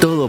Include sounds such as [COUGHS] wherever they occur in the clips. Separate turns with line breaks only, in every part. Todo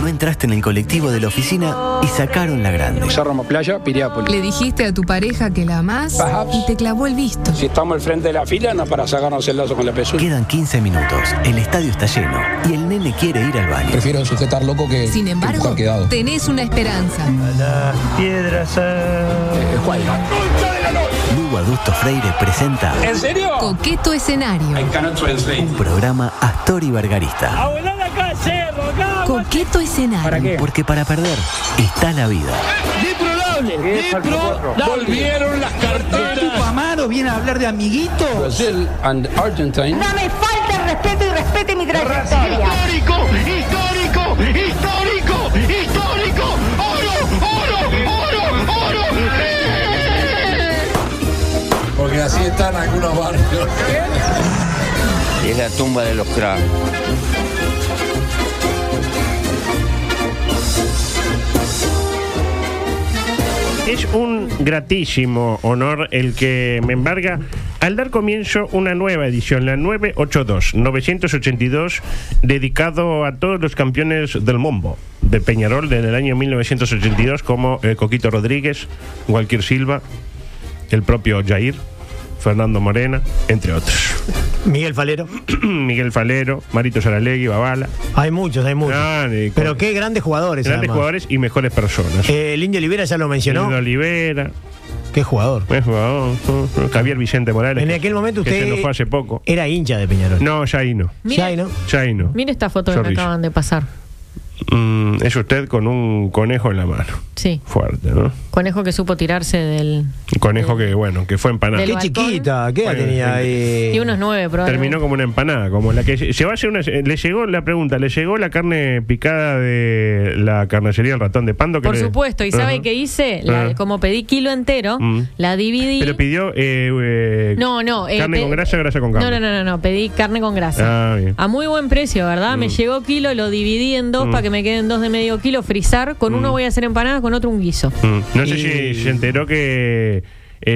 No entraste en el colectivo de la oficina y sacaron la grande.
Cerro Mo Playa, Piriápolis.
Le dijiste a tu pareja que la amás
Perhaps.
y te clavó el visto.
Si estamos al frente de la fila, no es para sacarnos el lazo con la pezuña.
Quedan 15 minutos, el estadio está lleno y el nene quiere ir al baño.
Prefiero sujetar loco que.
Sin
que
embargo,
empujar quedado.
tenés una esperanza.
Lugo Adusto Freire presenta
¿En serio?
Coqueto escenario.
cannot translate.
un programa Astor y Bargarista.
Coqueto escenario.
Porque para perder está la vida.
Volvieron las carteras.
Amaro viene a hablar de amiguito.
Brasil and Argentina.
No me falte el respeto y respete mi trayectoria.
Histórico, histórico, histórico, histórico. Oro, oro, oro, oro.
Porque así están algunos barrios.
Es la tumba de los cracks.
Es un gratísimo honor el que me embarga al dar comienzo una nueva edición, la 982, 982, dedicado a todos los campeones del Mombo, de Peñarol desde el año 1982, como eh, Coquito Rodríguez, Walquier Silva, el propio Jair, Fernando Morena, entre otros. [CLEARS THROAT]
Miguel Falero. [CLEARS THROAT]
Miguel Falero, Marito Saralegui, Babala,
Hay muchos, hay muchos.
Ah, Nico.
Pero qué grandes jugadores.
grandes
además.
jugadores y mejores personas.
Eh, el Indio Olivera ya lo mencionó.
Guido Olivera,
Qué jugador.
Buen jugador, ¿no? Javier Vicente Morales.
En
que-
aquel momento
que
usted
se nos fue hace poco.
era hincha de Peñarol.
No, ya ahí no.
Ya ahí, ¿no?
Ya ahí no.
Mire esta foto que me
Zorrillo.
acaban de pasar.
Mm, es usted con un conejo en la mano.
Sí.
Fuerte, ¿no?
Conejo que supo tirarse del.
Un conejo que, bueno, que fue empanado.
Del
Qué
balcón.
chiquita, qué edad
Bueno,
tenía
sí.
ahí.
Y unos nueve, probablemente.
Terminó como una empanada, como la que se se va a hacer una. Le llegó la pregunta, ¿le llegó la carne picada de la carnicería del ratón de pando? que
Por
le-
supuesto, ¿y sabe
Ajá.
qué hice? La-
Ajá.
como pedí kilo entero,
Mm.
la dividí.
Pero pidió. eh, eh,
no, no. eh,
carne
pe-
con grasa, grasa con
No,
carne.
no, no, no, no, pedí carne con grasa.
Ah, bien. Mm.
A muy buen precio, ¿verdad? Me llegó kilo, lo dividí en dos para que me queden dos de medio kilo, frizar. Con uno voy a hacer empanadas, con otro un guiso.
Mm. No sé
Y-
si se enteró que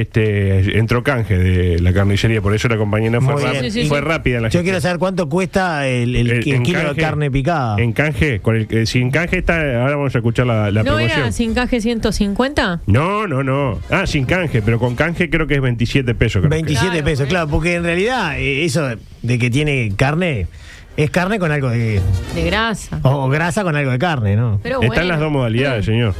este entró canje de la carnicería, por eso la compañera fue,
Muy
rap-
bien.
Sí, sí,
fue
sí.
rápida en la
Yo
gestión.
quiero saber cuánto cuesta el, el-
Eh,
el
en
kilo de
canje-
carne picada.
En canje, con el, que- si en canje está, ahora vamos a escuchar la, la
¿No
promoción.
era sin caje 150?
No, no, no. Ah, sin canje, pero con canje creo que es 27 pesos. creo que.
27
Claro,
pesos,
eh.
claro, porque en realidad eh, eso de que tiene carne es carne con algo de.
De grasa.
o grasa con algo de carne, ¿no?
Pero bueno.
Están las dos modalidades, señor.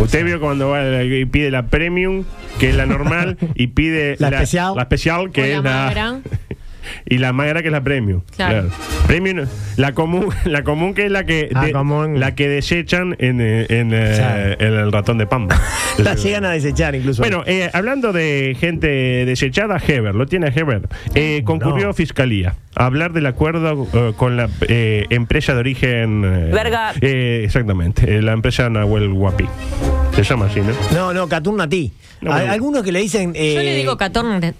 Usted vio cuando va la- y pide la premium, que es la normal, y pide
[LAUGHS] La especial.
la especial, que
O la
es
más
la
gran.
[LAUGHS] y la más grande que es la premium.
Claro.
Premium, la común, [LAUGHS] la común que es la que
Ah, común.
la que desechan en, eh, en, eh,
Claro.
en el ratón de pamba.
[LAUGHS] La llegan a desechar incluso.
Bueno, eh, hablando de gente desechada, Heber, lo tiene Heber, eh, concurrió
No.
Fiscalía a hablar del acuerdo eh, con la eh, empresa de origen... eh,
Verga.
eh, exactamente, eh, la empresa Nahuel Guapi. Se llama así, ¿no?
No, no, Caturnati.
No,
Hay
bueno.
Algunos que le dicen. eh,
Yo le digo 14.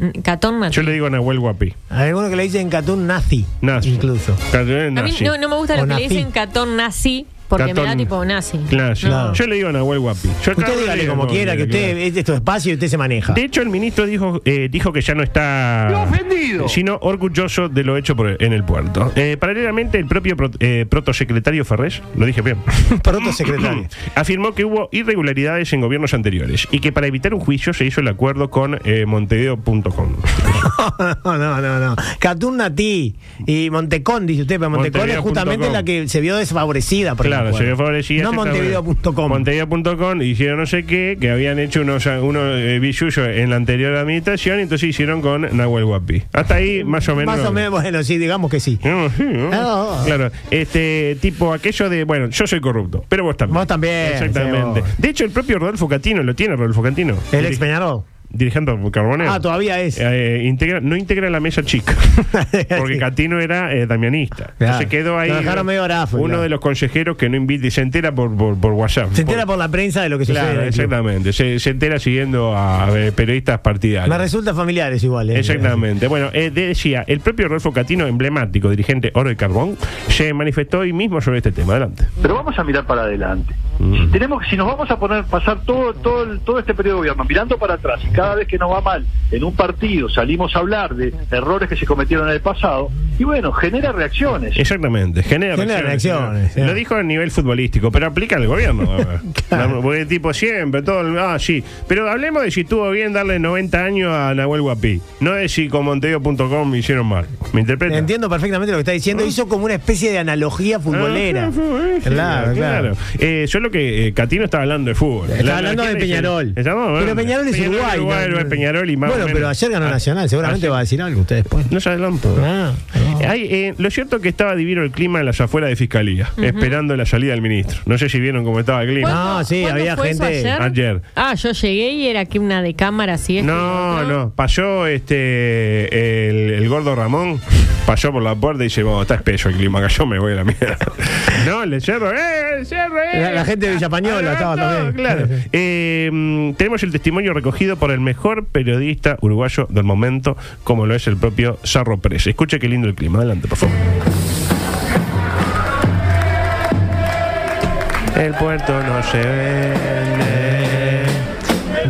Yo le digo Nahuel Guapi.
hay Algunos que le dicen Catún nazi.
Nazi.
Incluso.
Catón
A mí
eh, nazi.
no, no me gusta
O
lo que le
nazi.
dicen catón nazi, porque me da
Catón-
tipo nazi.
Nazi.
Claro.
Yo le digo Nahuel Guapi. Yo claro,
Usted
le
dígale
digo
como
Nahuel
quiera, que
Guapi,
usted
claro.
es de tu espacio y usted se maneja.
De hecho, el ministro dijo, eh, dijo que ya no está
ofendido.
sino orgulloso de lo hecho por- en el puerto. Eh, paralelamente, el propio pro- eh, protosecretario Ferrés, lo dije
[COUGHS]
bien,
[LAUGHS] Por
[LAUGHS]
otro secretario.
afirmó que hubo irregularidades en gobiernos anteriores y que para evitar un juicio se hizo el acuerdo con eh, Montevideo.com.
no, no, no, no. Catún Nati y Montecón, dice usted, pero Montecón es
Montevideo punto
justamente
com.
la que se vio desfavorecida. Por el
Claro,
acuerdo.
se vio favorecida.
No Montevideo.com.
Montevideo.com hicieron no sé qué, que habían hecho unos, unos eh, billullos en la anterior administración y entonces hicieron con Nahuel Guapi. Hasta ahí, más o menos.
Más o menos, bueno, sí, digamos que sí.
No, sí, ¿no?
Ah, ah.
Claro, este tipo, aquello de, bueno, yo soy corrupto, pero vos también.
Vos también,
Exactamente.
sí, vos.
De hecho, el propio Rodolfo Catino, lo tiene Rodolfo Catino.
El ex Peñarol.
dirigiendo por Carbonero.
Ah, todavía es.
Eh, integra- no integra la mesa chica,
[LAUGHS]
porque Catino era eh, damianista.
Claro.
Entonces quedó ahí
Lo
eh,
dejaron medio grafo,
uno
claro.
de los consejeros que no invita y se entera por, por, por WhatsApp.
Se entera por la prensa de lo que sucede. en
Claro,
el club.
exactamente. Se, se entera siguiendo a, eh, periodistas partidarios.
Me resulta familiares igual. eh.
Exactamente. Bueno, eh, decía, el propio Rolfo Catino, emblemático dirigente Oro y Carbón, se manifestó hoy mismo sobre este tema. Adelante.
Pero vamos a mirar para adelante. Si tenemos que- si nos vamos a poner pasar todo todo el- todo este periodo de gobierno mirando para atrás y cada vez que nos va mal en un partido salimos a hablar de errores que se cometieron en el pasado y bueno, genera reacciones.
Exactamente, genera,
Genera reacciones,
Lo
sí.
dijo a nivel futbolístico, pero aplica al
[LAUGHS]
gobierno. No, Porque tipo siempre, todo el- Ah, sí. Pero hablemos de si estuvo bien darle 90 años a Nahuel Guapí. No de si con Montevideo.com me hicieron mal. ¿Me interpreta?
Entiendo perfectamente lo que está diciendo. Hizo como una especie de analogía futbolera.
Ah, futbolera,
Claro, claro.
Eh, yo lo que eh, Catino estaba hablando de fútbol.
Estaba hablando de Peñarol. pero Peñarol es Uruguay.
Uruguay,
¿no?
Peñarol y más
Bueno,
o menos.
pero ayer ganó
Ah,
Nacional. Seguramente
ayer-
va a decir algo usted después.
No se adelantó.
Ah, no.
Hay, eh, lo cierto es que estaba divino el clima en las afueras de Fiscalía, esperando la salida del ministro. No sé si vieron cómo estaba el clima.
Ah, sí,
¿Cuándo
había
fue eso
gente-
Ayer?
Ayer.
Ah, yo llegué y era aquí una de cámara, así este, es.
No, no, pasó este el, el gordo Ramón, pasó por la puerta y dice, bueno, está espeso el clima, acá yo me voy a la mierda. no, el cerro, eh, el cerro, eh.
La- la gente de Villa Pañola estaba
Adelantó,
también.
ah,
[LAUGHS]
Claro. Eh, mm, tenemos el testimonio recogido por el mejor periodista uruguayo del momento, como lo es el propio Sarro Pérez. Escuche qué lindo el clima, adelante, por favor. El puerto no se vende.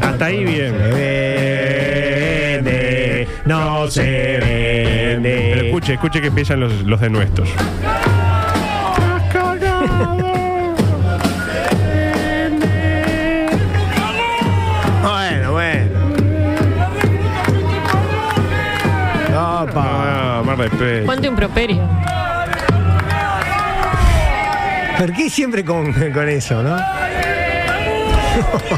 Hasta ahí bien.
Se vende, no se vende.
Pero escuche, escuche que empiezan los, los de nuestros.
Bueno, bueno. Opa.
Ah, más respeto.
¿Cuánto improperio?
¿Por qué siempre con, con eso, no?
¡Eh!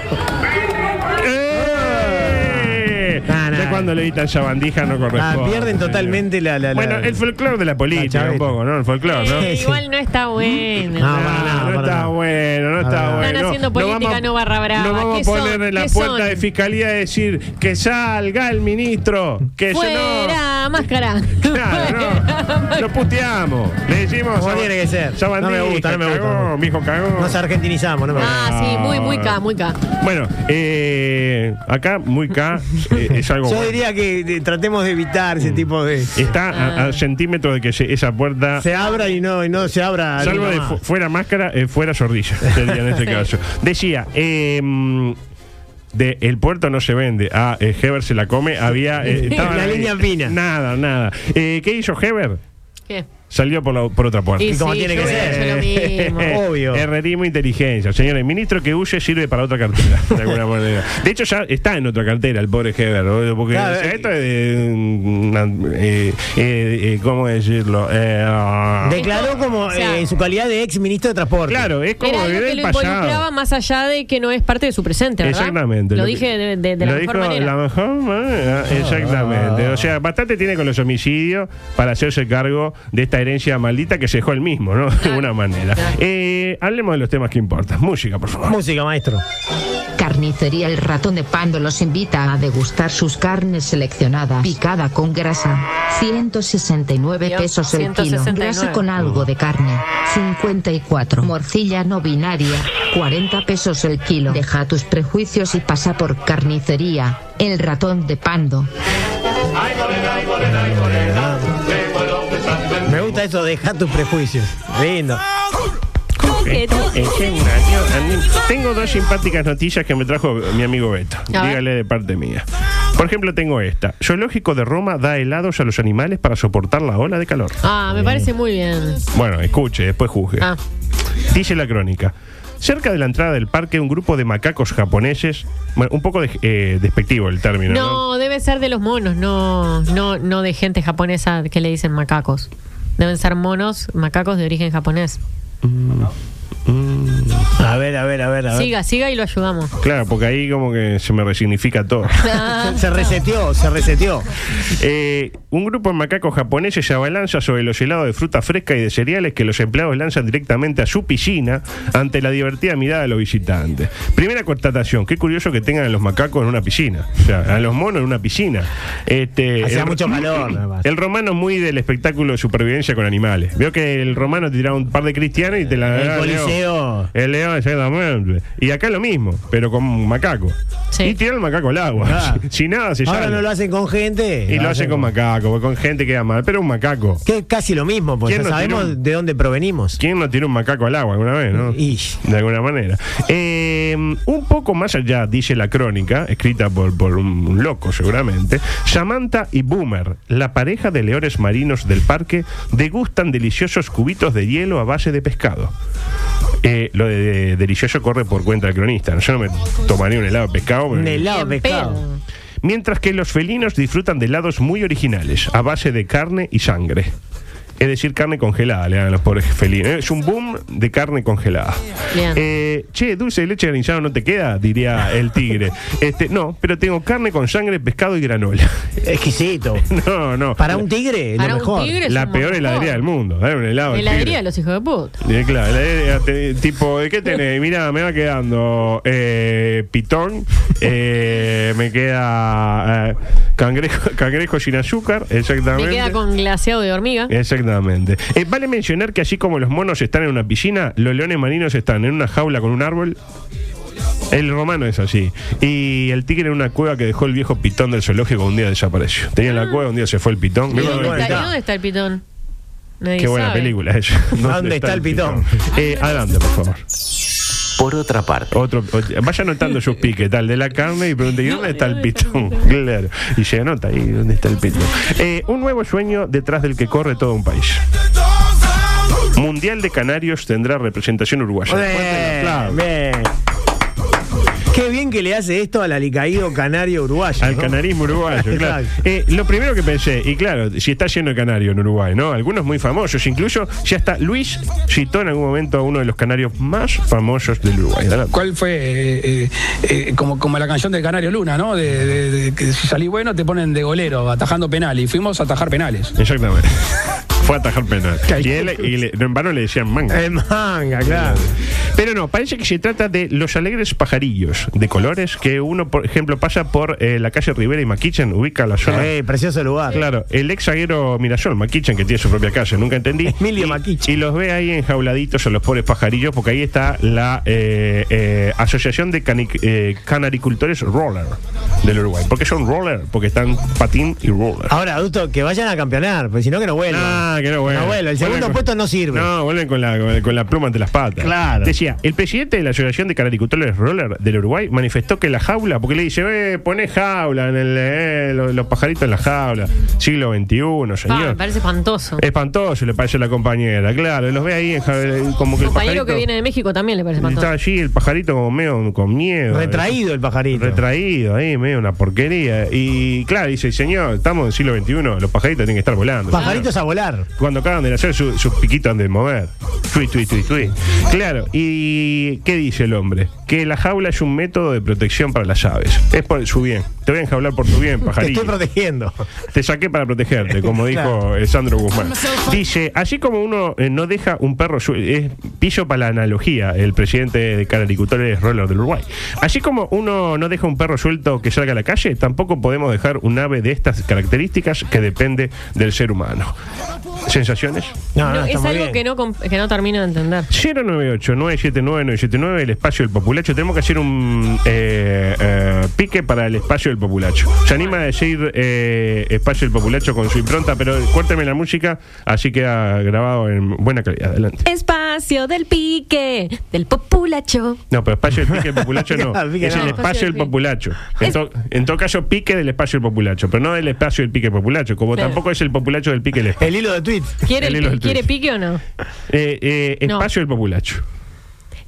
Ah,
Ya
nah.
cuando le editan esa bandija no corresponde.
Ah, pierden totalmente la- la- la-
Bueno, el folclore de la política,
chaveta.
un poco, ¿no? El folclore, Ah, ¿no?
Sí,
Eh,
sí.
Igual no está bueno.
No, para nada,
no
para
está
nada.
bueno, no está
Están
bueno.
haciendo política, no barra brava.
No vamos
¿Qué
a poner
son?
en la
¿Qué
puerta
son?
de fiscalía a decir que salga el ministro, que yo no.
Fuera, máscara.
Claro,
[LAUGHS]
no. Lo puteamos. Le decimos.
Como
"Esa-
tiene que ser.
esa
No me
bandija,
gusta, no me gusta,
cagón,
no me gusta".
mijo cagón.
Nos argentinizamos, ¿no?
Ah, sí, muy, muy K, muy K.
Bueno, eh, acá muy
[LAUGHS]
K eh, es algo.
Yo
bueno. Mm.
diría que eh, tratemos de evitar ese tipo de.
Está a, a centímetros de que se- esa puerta
Se abra y no, y no se abra.
Salvo
nunca
de
más.
fu- fuera máscara, eh, fuera zorrilla, sería en este caso. Decía, eh, mm, de El Puerto no se vende, a eh, Heber se la come, había... eh,
[LAUGHS]
estaba
La
ahí.
línea fina.
Nada, nada. Eh, ¿Qué hizo Heber?
¿Qué?
Salió por, la- por otra puerta.
Y
como tiene
yo
que
hubiera
ser.
hecho Pues lo mismo.
Eh, [LAUGHS]
[LAUGHS]
Obvio.
Herrerismo e inteligencia. Señores, ministro que huye sirve para otra cartera, de alguna manera. De hecho, ya está en otra cartera el pobre Heber, ¿no? porque
Claro,
o sea,
eh,
esto es de una- eh, eh, eh, ¿Cómo decirlo? Eh, ah.
Declaró como
O sea,
eh, en su calidad de ex ministro de transporte.
Claro, eh. es como
Era algo
vivir
que
el
lo
pasado.
involucraba más allá de que no es parte de su presente, ¿verdad?
Exactamente.
Lo
que-
dije de, de- de la
lo
mejor
dijo
manera.
la mejor
Ah,
manera, Exactamente. O sea, bastante tiene con los homicidios para hacerse cargo de esta herencia maldita que se dejó él mismo, ¿no? De alguna manera. Eh, hablemos de los temas que importan. Música, por favor.
Música, maestro.
Carnicería El Ratón de Pando los invita a degustar sus carnes seleccionadas picada con grasa. 169
Dios,
pesos el
169.
kilo. Grasa con algo de carne. 54. Morcilla no binaria. 40 pesos el kilo. Deja tus prejuicios y pasa por Carnicería El Ratón de Pando.
Me gusta eso, deja tus prejuicios. Lindo.
Tengo dos simpáticas noticias que me trajo mi amigo Beto.
A ver.
Dígale de parte mía. Por ejemplo, tengo esta. Zoológico de Roma da helados a los animales para soportar la ola de calor.
Ah, me parece muy bien.
Bueno, escuche, después juzgue.
Ah,
Dice la crónica. Cerca de la entrada del parque, un grupo de macacos japoneses. Bueno, un poco de- eh, despectivo el término. ¿no?
no, debe ser de los monos, no, no, no de gente japonesa que le dicen macacos. Deben ser monos, macacos de origen japonés.
A ver, a ver, a ver, a ver.
Siga, siga y lo
[LAUGHS]
ayudamos.
Claro, porque ahí como que se me resignifica todo.
Ah,
Se reseteó, se reseteó.
Eh, un grupo de macacos japoneses se abalanza sobre los helados de fruta fresca y de cereales que los empleados lanzan directamente a su piscina ante la divertida mirada de los visitantes. Primera constatación, qué curioso que tengan a los macacos en una piscina, o sea, a los monos en una piscina. Este,
Hacía
el-
mucho calor, nada más.
El romano es muy del espectáculo de supervivencia con animales. Veo que el romano te tiraba un par de cristianos y te la...
El
ah, Leo.
Coliseo.
El león, exactamente. Y acá lo mismo, pero con un macaco.
Sí.
Y tiran el macaco al agua.
Ah.
Si, [LAUGHS] si nada, se
Ahora
llama.
no lo hacen con gente.
Y lo hacen con macaco, porque con gente queda mal, pero un macaco.
Que es casi lo mismo, porque
¿Quién
ya
no tiene
sabemos
un-
de dónde provenimos.
¿Quién no tiene un macaco al agua alguna vez, no?
Y-
De alguna manera. Eh, un poco más allá, dice la crónica, escrita por, por un, un loco seguramente, Samantha y Boomer, la pareja de leones marinos del parque, degustan deliciosos cubitos de hielo a base de pescado. Eh, lo de, de- delicioso corre por cuenta del cronista. ¿no? Yo no me tomaría un helado de pescado. pero-
Un helado
Bien
de pescado.
pedo.
Mientras que los felinos disfrutan de helados muy originales, a base de carne y sangre. Es decir, carne congelada, le dan a los pobres felinos. Es un boom de carne congelada.
Bien.
Eh, che, dulce de leche granizado no te queda, diría el tigre. Este, no, pero tengo carne con sangre, pescado y granola. [LAUGHS]
Exquisito.
No, no.
Para un tigre, es
Para
lo
un
mejor.
tigre es
La
un
peor
montón.
heladería del mundo. Dale un helado. al
Heladería
tigre.
de los hijos de puta.
Eh, claro, la idea te- tipo, ¿de qué tenés? Mirá, me va quedando eh, pitón, eh, me queda eh, cangrejo, cangrejo sin azúcar, exactamente.
Me queda con glaseado de hormiga.
Exactamente. Eh, vale mencionar que así como los monos están en una piscina, los leones marinos están en una jaula con un árbol. El romano es así. Y el tigre en una cueva que dejó el viejo pitón del zoológico un día desapareció. Tenía en
Ah.
la cueva, un día se fue el pitón.
¿Y
Mirá,
dónde, está,
bueno, está.
y dónde está el pitón? Nadie
Qué buena
sabe.
película esa. [LAUGHS]
¿Dónde está el pitón?
Eh, adelante, por favor.
Por otra parte,
Otro, o- vaya anotando sus piques, tal, de la carne y pregunte, ¿y dónde está el pitón? Claro. Y se anota ahí, ¿dónde está el pitón? Eh, un nuevo sueño detrás del que corre todo un país. Mundial de Canarios tendrá representación uruguaya. Fuerte el
Bien,
aplauso.
bien. Qué bien que le hace esto al alicaído canario uruguayo.
Al
¿no?
canarismo uruguayo, claro.
Exacto.
Eh, lo primero que pensé, y claro, si está lleno de canarios en Uruguay, ¿no? Algunos muy famosos, incluso ya está Luis citó en algún momento a uno de los canarios más famosos del Uruguay. Adelante.
¿Cuál fue? Eh, eh, eh, como, como la canción del Canario Luna, ¿no? De, de- de que si salí bueno te ponen de golero, atajando penal. Y fuimos a atajar penales.
Exactamente. Fue a atajar penal.
Claro.
Y, él, y le- en vano le decían manga.
El manga, claro.
Pero no, parece que se trata de los alegres pajarillos de colores que uno, por ejemplo, pasa por eh, la calle Rivera y Maquichen, ubica la zona.
Eh, precioso lugar.
Claro, el ex zaguero Mirasol, Maquichen, que tiene su propia calle, nunca entendí.
Emilio
Y-
Maquichen.
Y los ve ahí enjauladitos a los pobres pajarillos, porque ahí está la eh, eh, Asociación de Cani- eh, Canaricultores Roller del Uruguay. ¿Por qué son roller? Porque están patín y roller.
Ahora, adulto, que vayan a campeonar, porque si no, que no vuelvan.
Ah, que no vuelve.
vuelvan. El
Vuelven
segundo
con-
puesto no sirve.
No, vuelven con la, con la- con la pluma ante las patas.
Claro.
Decía, el presidente de la Asociación de Canaricultores Roller del Uruguay manifestó que la jaula, porque le dice, eh, poné jaula, en el, eh, los, los pajaritos en la jaula, siglo XXI,
Pa, Ah, me
señor.
parece espantoso.
Espantoso le pareció a la compañera, claro, los ve ahí en jaula, como que
Un
el
compañero
pajarito...
que viene de México también le parece
Estaba
espantoso.
allí el pajarito como medio con miedo.
Retraído el pajarito.
Retraído, ahí, medio una porquería. Y claro, dice, señor, estamos en el siglo XXI, los pajaritos tienen que estar volando.
Pajaritos a volar.
Cuando acaban de nacer, su- sus piquitos han de mover. Tui, tui, tui, tui. Claro, ¿y qué dice el hombre? Que la jaula es un método de protección para las aves. Es por su bien. Te voy a enjaular por tu
[LAUGHS]
bien,
Te
pajarito.
estoy protegiendo.
Te saqué para protegerte, como dijo
[LAUGHS] Claro.
eh, Sandro Guzmán. Dice, así como uno eh, no deja un perro, su- es pillo para la analogía, el presidente de Canaricultores Roller del Uruguay. Así como uno no deja un perro suelto que salga a la calle, tampoco podemos dejar un ave de estas características que depende del ser humano. ¿Sensaciones?
No, no,
No,
está
es
muy
algo
bien.
que no, comp- que no termino de entender.
098-979-979, el espacio del populacho. Tenemos que hacer un eh, eh, pique para el espacio del populacho. Se anima a decir eh, espacio del populacho con su impronta, pero cuéntame la música, así queda grabado en buena calidad. Adelante.
Espacio del pique, del populacho.
No, pero espacio del pique del populacho no.
Claro, pique
es
[LAUGHS] no.
el espacio del populacho. En, to- en todo caso, pique del espacio del populacho, pero no del espacio del pique del populacho, como
Claro.
tampoco es el populacho del pique del espacio.
El hilo de tweet.
¿Quiere,
El
el
hilo
pi-
del
¿quiere
tweet.
pique o no?
Eh, eh,
No.
[LAUGHS]
espacio del populacho.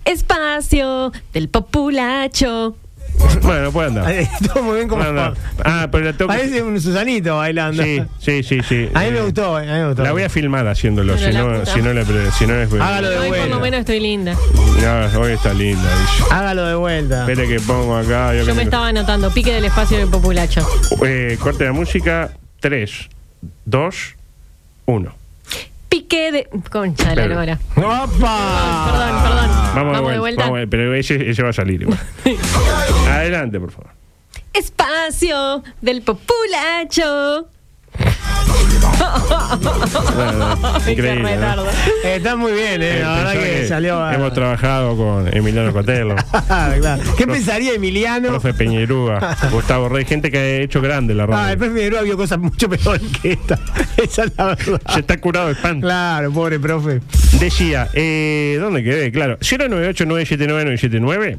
Espacio del populacho.
Bueno, puede andar.
[LAUGHS] Estuvo muy bien como.
Puede andar. Ah, pero la tengo que-
Parece un Susanito bailando.
Sí, sí, sí, sí.
A mí
Eh,
me gustó, eh, a mí me gustó.
La voy a filmar haciéndolo,
Pero
si
la
no,
puta.
si no la pre- si no es.
Hágalo de
Hoy por
vuelta.
lo menos estoy linda.
No, hoy está linda. dice.
Hágalo de vuelta.
Espere que pongo acá.
Yo
que
me
tengo-
estaba anotando, pique del espacio del populacho.
Eh, corte de música. 3, 2, 1.
Pique de. Concha de la
Pero- Ah.
lora.
¡Opa!
Perdón, perdón.
Vamos, de vuelta. vamos de- pero ese, ese va a salir
[LAUGHS]
igual. Adelante, por favor.
Espacio del populacho. Ay, qué
increíble, ¿no?
retardo.
Eh, Está muy bien,
Eh,
eh. La verdad
pensá
que, salió. ah,
Hemos trabajado con Emiliano
[LAUGHS]
Cotelo,
ah,
[LAUGHS]
claro. ¿Qué pensaría Emiliano?
profe Peñerúa, Gustavo Rey, gente que ha hecho grande la
Ah, el
radio.
profe Figueroa vio cosas mucho peores que esta. [LAUGHS] Esa es la verdad.
Se está curado de espanto.
Claro, pobre profe.
Decía, eh, ¿dónde quedé? Claro, 098-979-979.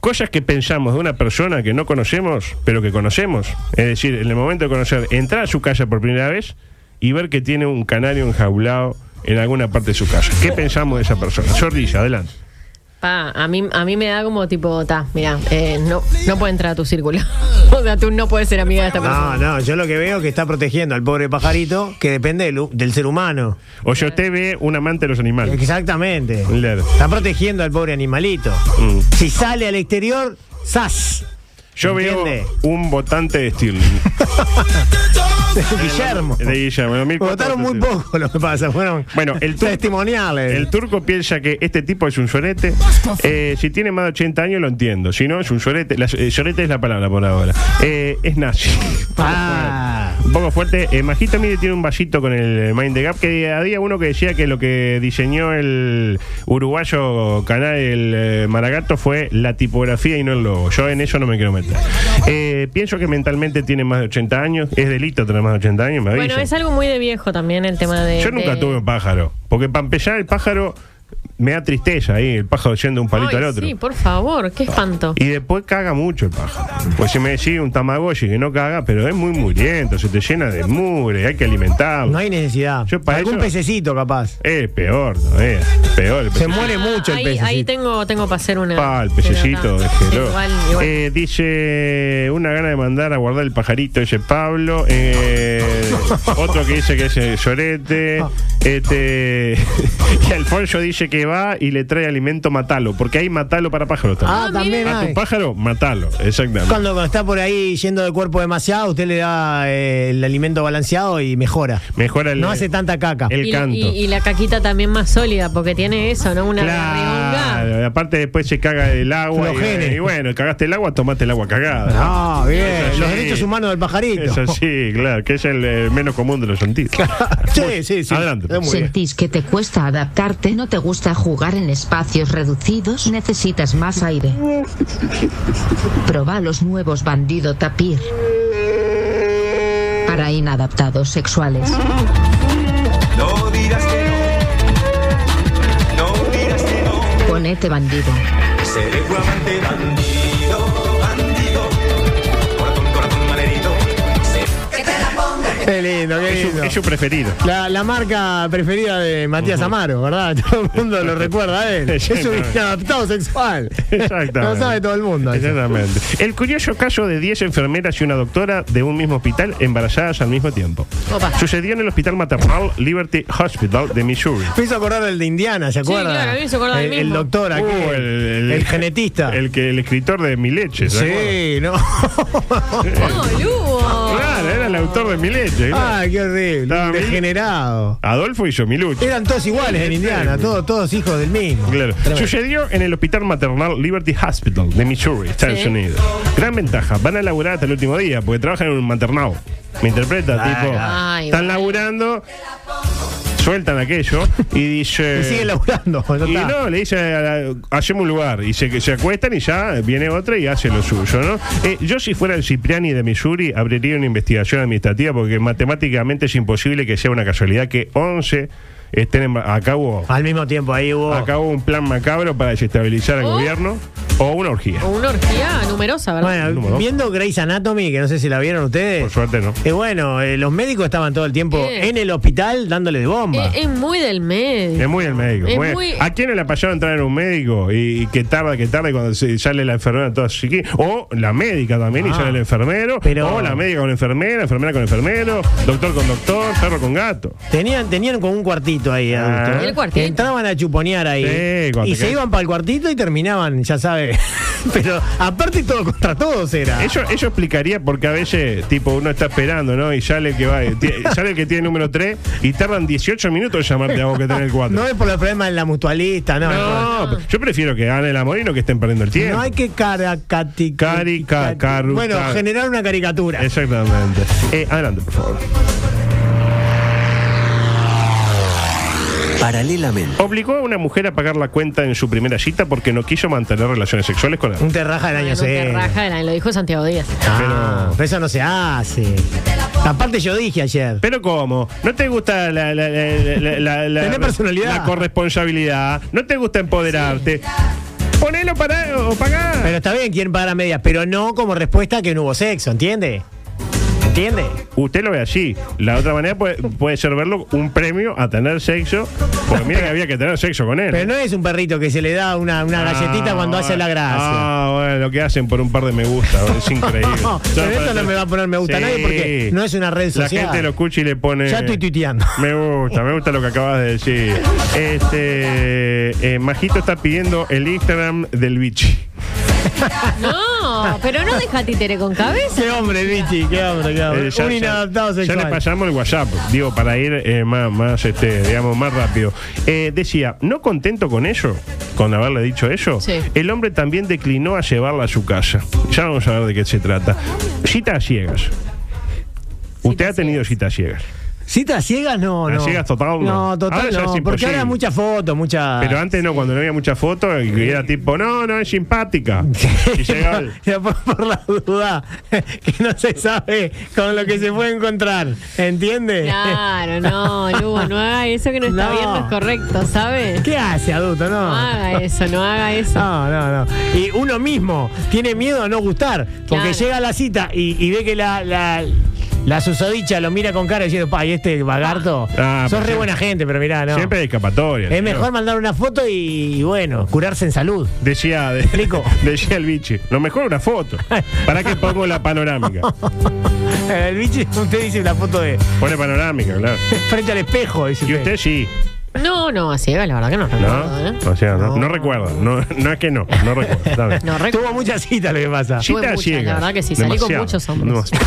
Cosas que pensamos de una persona que no conocemos, pero que conocemos. Es decir, en el momento de conocer, entrar a su casa por primera vez y ver que tiene un canario enjaulado en alguna parte de su casa. ¿Qué pensamos de esa persona? Sordilla, adelante.
Pa, a mí, a mí me da como tipo, ta, mira, eh, no, no puede entrar a tu círculo. [LAUGHS] o sea, tú no puedes ser amiga de esta persona.
No, no, yo lo que veo es que está protegiendo al pobre pajarito que depende del, hu- del ser humano.
O si usted ve un amante de los
Eh,
animales.
Exactamente.
Un lerdo.
Está protegiendo al pobre animalito.
Mm.
Si sale al exterior, ¡zas!
Yo veo [LAUGHS]
¿Entiende?
un votante de Stirling.
Guillermo.
De Guillermo. en 2004.
Votaron muy poco lo que pasa. Fueron
Bueno, el turco-
testimoniales.
El turco piensa que este tipo es un sorete. Eh, si tiene más de 80 años lo entiendo. Si no, es un sorete. La, eh, sorete es la palabra por ahora. Eh, es nazi. [LAUGHS]
Ah.
Un poco fuerte. Eh, Majito, mire, tiene un vasito con el Mind the Gap que había uno que decía que lo que diseñó el uruguayo canal el eh, Maragato fue la tipografía y no el logo. Yo en eso no me quiero meter. Eh, pienso que mentalmente tiene más de 80 años. Es delito tener más de 80 años, me
Bueno,
avisa.
es algo muy de viejo también el tema de.
Yo nunca
de-
tuve un pájaro. Porque para empezar, el pájaro me da tristeza ahí, el pájaro yendo de un palito
Ay,
al otro.
Sí, por favor, qué espanto.
Y después caga mucho el pájaro. Pues si me decís un tamagotchi que no caga, pero es muy muriento, se te llena de mugre, hay que alimentarlo.
No hay necesidad.
Yo para
Algún
eso- Eh,
pececito capaz.
Es peor, ¿no? Es peor. el
Se
pececito.
muere mucho
Ah,
el
ahí, ahí
pececito.
tengo, tengo para hacer una.
Pa, el
pero
pececito,
ta,
déjelo.
Igual, igual.
Eh, dice una gana de mandar a guardar el pajarito ese Pablo. Eh, otro que dice que es el sorete. Este, [LAUGHS] y Alfonso dice que va y le trae alimento, matalo. Porque hay matalo para pájaros
Ah,
también.
también
a
hay.
tu pájaro, matalo. Exactamente.
Cuando, cuando está por ahí yendo de cuerpo demasiado, usted le da eh, el alimento balanceado y mejora.
Mejora el,
No hace tanta caca.
el
y,
canto.
y- y la caquita también más sólida, porque tiene eso, ¿no? Una
Claro,
barrigonga.
y aparte después se caga el agua.
Los
Y, eh,
genes.
y bueno, cagaste el agua, tomaste el agua cagada.
Ah, bien.
Eso
Los
sí.
derechos humanos del pajarito.
Eso sí, claro, que es el eh, menos común de los sentidos.
[LAUGHS] Sí, sí, sí.
Adelante. pues,
Es muy bien.
¿Sentís que te cuesta adaptarte? ¿No te gusta jugar en espacios reducidos? ¿Necesitas más aire? Proba los nuevos bandido tapir. Para inadaptados sexuales. Ponete bandido.
Qué lindo, qué
Es su,
lindo.
es su preferido.
La, la marca preferida de Matías Amaro, ¿verdad? [LAUGHS] Todo el mundo lo recuerda
[LAUGHS]
a él. Es un [LAUGHS]
Exactamente.
inadaptado sexual.
Exactamente.
Lo sabe todo el mundo. eso.
Exactamente. El curioso caso de 10 enfermeras y una doctora de un mismo hospital embarazadas al mismo tiempo.
Opa.
Sucedió en el hospital maternal Liberty Hospital de Missouri.
Me hizo acordar el de Indiana, ¿se acuerda?
claro, a mí me hizo acordar del
el,
mismo.
el doctor aquí,
Uh,
el, el genetista.
El, que, el escritor de Mi Leche. ¿se acuerda?
sí, no.
¡No, boludo!
Claro, era el autor de Mi Leche. claro.
ah, qué horrible.
Estaba
un
mil-
Degenerado.
Adolfo hizo Mi Lucha.
Eran todos iguales en Indiana, todos, todos hijos del mismo.
Claro.
Tremendo.
Sucedió en el hospital maternal Liberty Hospital de Missouri, Estados
Sí.
Unidos. Gran ventaja, van a laburar hasta el último día, porque trabajan en un maternal. Me interpreta, tipo,
Ay,
están
bueno.
laburando, sueltan aquello y dice...
Y sigue laburando. [LAUGHS] ya
eh, Y
está.
no, le dice, a la- hacemos un lugar. Y se, se acuestan y ya viene otra y hace lo suyo, ¿no? Eh, yo, si fuera el Cipriani de Missouri, abriría una investigación administrativa porque matemáticamente es imposible que sea una casualidad que 11 estén en, acá hubo
Al mismo tiempo, ahí hubo.
acá hubo un plan macabro para desestabilizar al
Oh.
gobierno o una orgía.
O una orgía numerosa, ¿verdad?
Bueno,
Número dos.
viendo Grey's Anatomy, que no sé si la vieron
Por
ustedes.
suerte no.
eh, bueno, eh, los médicos estaban todo el tiempo
Eh.
en el hospital dándole de bomba.
Es, es muy del
Es
medio.
muy el médico.
Es
Bueno,
muy-
¿A quién le ha pasado entrar en un médico y, y que tarda, que tarda y cuando se- sale la enfermera toda chiqui? O la médica también y
Ah.
sale el enfermero.
Pero-
O la médica con enfermera, enfermera con enfermero, doctor con doctor, perro con gato.
Tenían, tenían como un cuartito ahí,
Ah.
adulto, ¿eh?
El cuartito.
Entraban a chuponear ahí.
Sí, cuando
y
te
se
caes.
iban para el cuartito y terminaban, ya sabes. [LAUGHS] Pero aparte todo contra todos era.
Eso, eso explicaría porque a veces, tipo, uno está esperando, ¿no? Y sale el que va, eh, ti- [LAUGHS] sale el que tiene número 3 y tardan 18 minutos en llamarte a vos que tenés el 4.
No es por los problemas de la mutualista, no.
No, pero yo prefiero que gane el amor y no que estén perdiendo el tiempo.
No hay que caracati...
Cari- ca- caru-
Bueno,
car-
generar una caricatura.
Exactamente. Eh, adelante, por favor.
Paralelamente.
Obligó a una mujer a pagar la cuenta en su primera cita porque no quiso mantener relaciones sexuales con él.
Un terraja del
Bueno,
año
que
cero.
raja de la- lo dijo Santiago Díaz.
Ah, pero eso no se hace. Aparte yo dije ayer.
Pero ¿cómo? ¿No te gusta la, la, la- la- la- la-
Tener personalidad.
la corresponsabilidad? ¿No te gusta empoderarte? Ponelo para o pagar.
Pero está bien, quieren pagar a medias, pero no como respuesta que no hubo sexo, ¿entiende? ¿Entiende?
Usted lo ve así. La otra manera puede, puede ser verlo un premio a tener sexo. Porque mira que había que tener sexo con él.
Pero no es un perrito que se le da una, una galletita
Ah,
cuando hace la gracia.
Ah, bueno, lo que hacen por un par de me gusta,
[LAUGHS]
es increíble. Yo
No, pero esto
parece-
no me va a poner me gusta a nadie porque no es una red social.
La gente lo escucha y le pone.
Ya estoy tuiteando.
[LAUGHS] Me gusta, me gusta lo que acabas de decir. Este. eh, Majito está pidiendo el Instagram del bichi.
No, pero no deja títere con cabeza.
[LAUGHS]
Qué hombre, Vichy, qué hombre, qué hombre.
Eh, ya-
un
ya-
inadaptado
ya
sexual.
le pasamos el WhatsApp, digo, para ir eh, más, más, este, digamos, más rápido. Eh, decía, no contento con ello, con haberle dicho eso,
Sí.
el hombre también declinó a llevarla a su casa. Ya vamos a ver de qué se trata. Citas ciegas. Usted ha tenido citas ciegas.
¿Citas ciegas? No,
¿A
no.
ciegas total? No.
No, total
Ahora ya es
no. Porque
imposible.
ahora muchas fotos, muchas...
Pero
[LAUGHS]
antes no, cuando no había mucha foto, y era tipo, no, no, es
[LAUGHS]
simpática. Y llegaba el-
Ya por, por la duda [LAUGHS] que no se sabe con lo que se puede encontrar, ¿entiende?
Claro, no, Lugo, no haga eso que no está
No.
viendo, es correcto, ¿sabe?
[LAUGHS] ¿Qué hace adulto, no?
No haga eso, no haga eso.
No, no, no. Y uno mismo tiene miedo a no gustar, porque
Claro.
llega a la cita y, y ve que la, la, la susodicha lo mira con cara diciendo, pa, y este vagarto,
Ah,
sos
pero
re
sí.
buena gente, pero mirá, no.
Siempre hay escapatoria.
es
¿no?
mejor mandar una foto y, bueno, curarse en salud.
Decía, de-
[LAUGHS] Explico.
[LAUGHS] decía el bichi, lo mejor una
[LAUGHS]
foto. ¿Para qué pongo la panorámica?
El bicho, usted dice la foto de
Pone panorámica, claro.
frente al espejo, dice
Y usted sí,
No, no, así es, la verdad que no recuerdo,
¿no?
¿eh?
O sea, no, no recuerdo. No, no es que no, no recuerdo. está bien.
No recuerdo.
Tuvo muchas citas lo que pasa.
Tuve
Citas
muchas,
ciegas.
la verdad que sí, salí con
Demasiado.
muchos hombres.
Demasiado.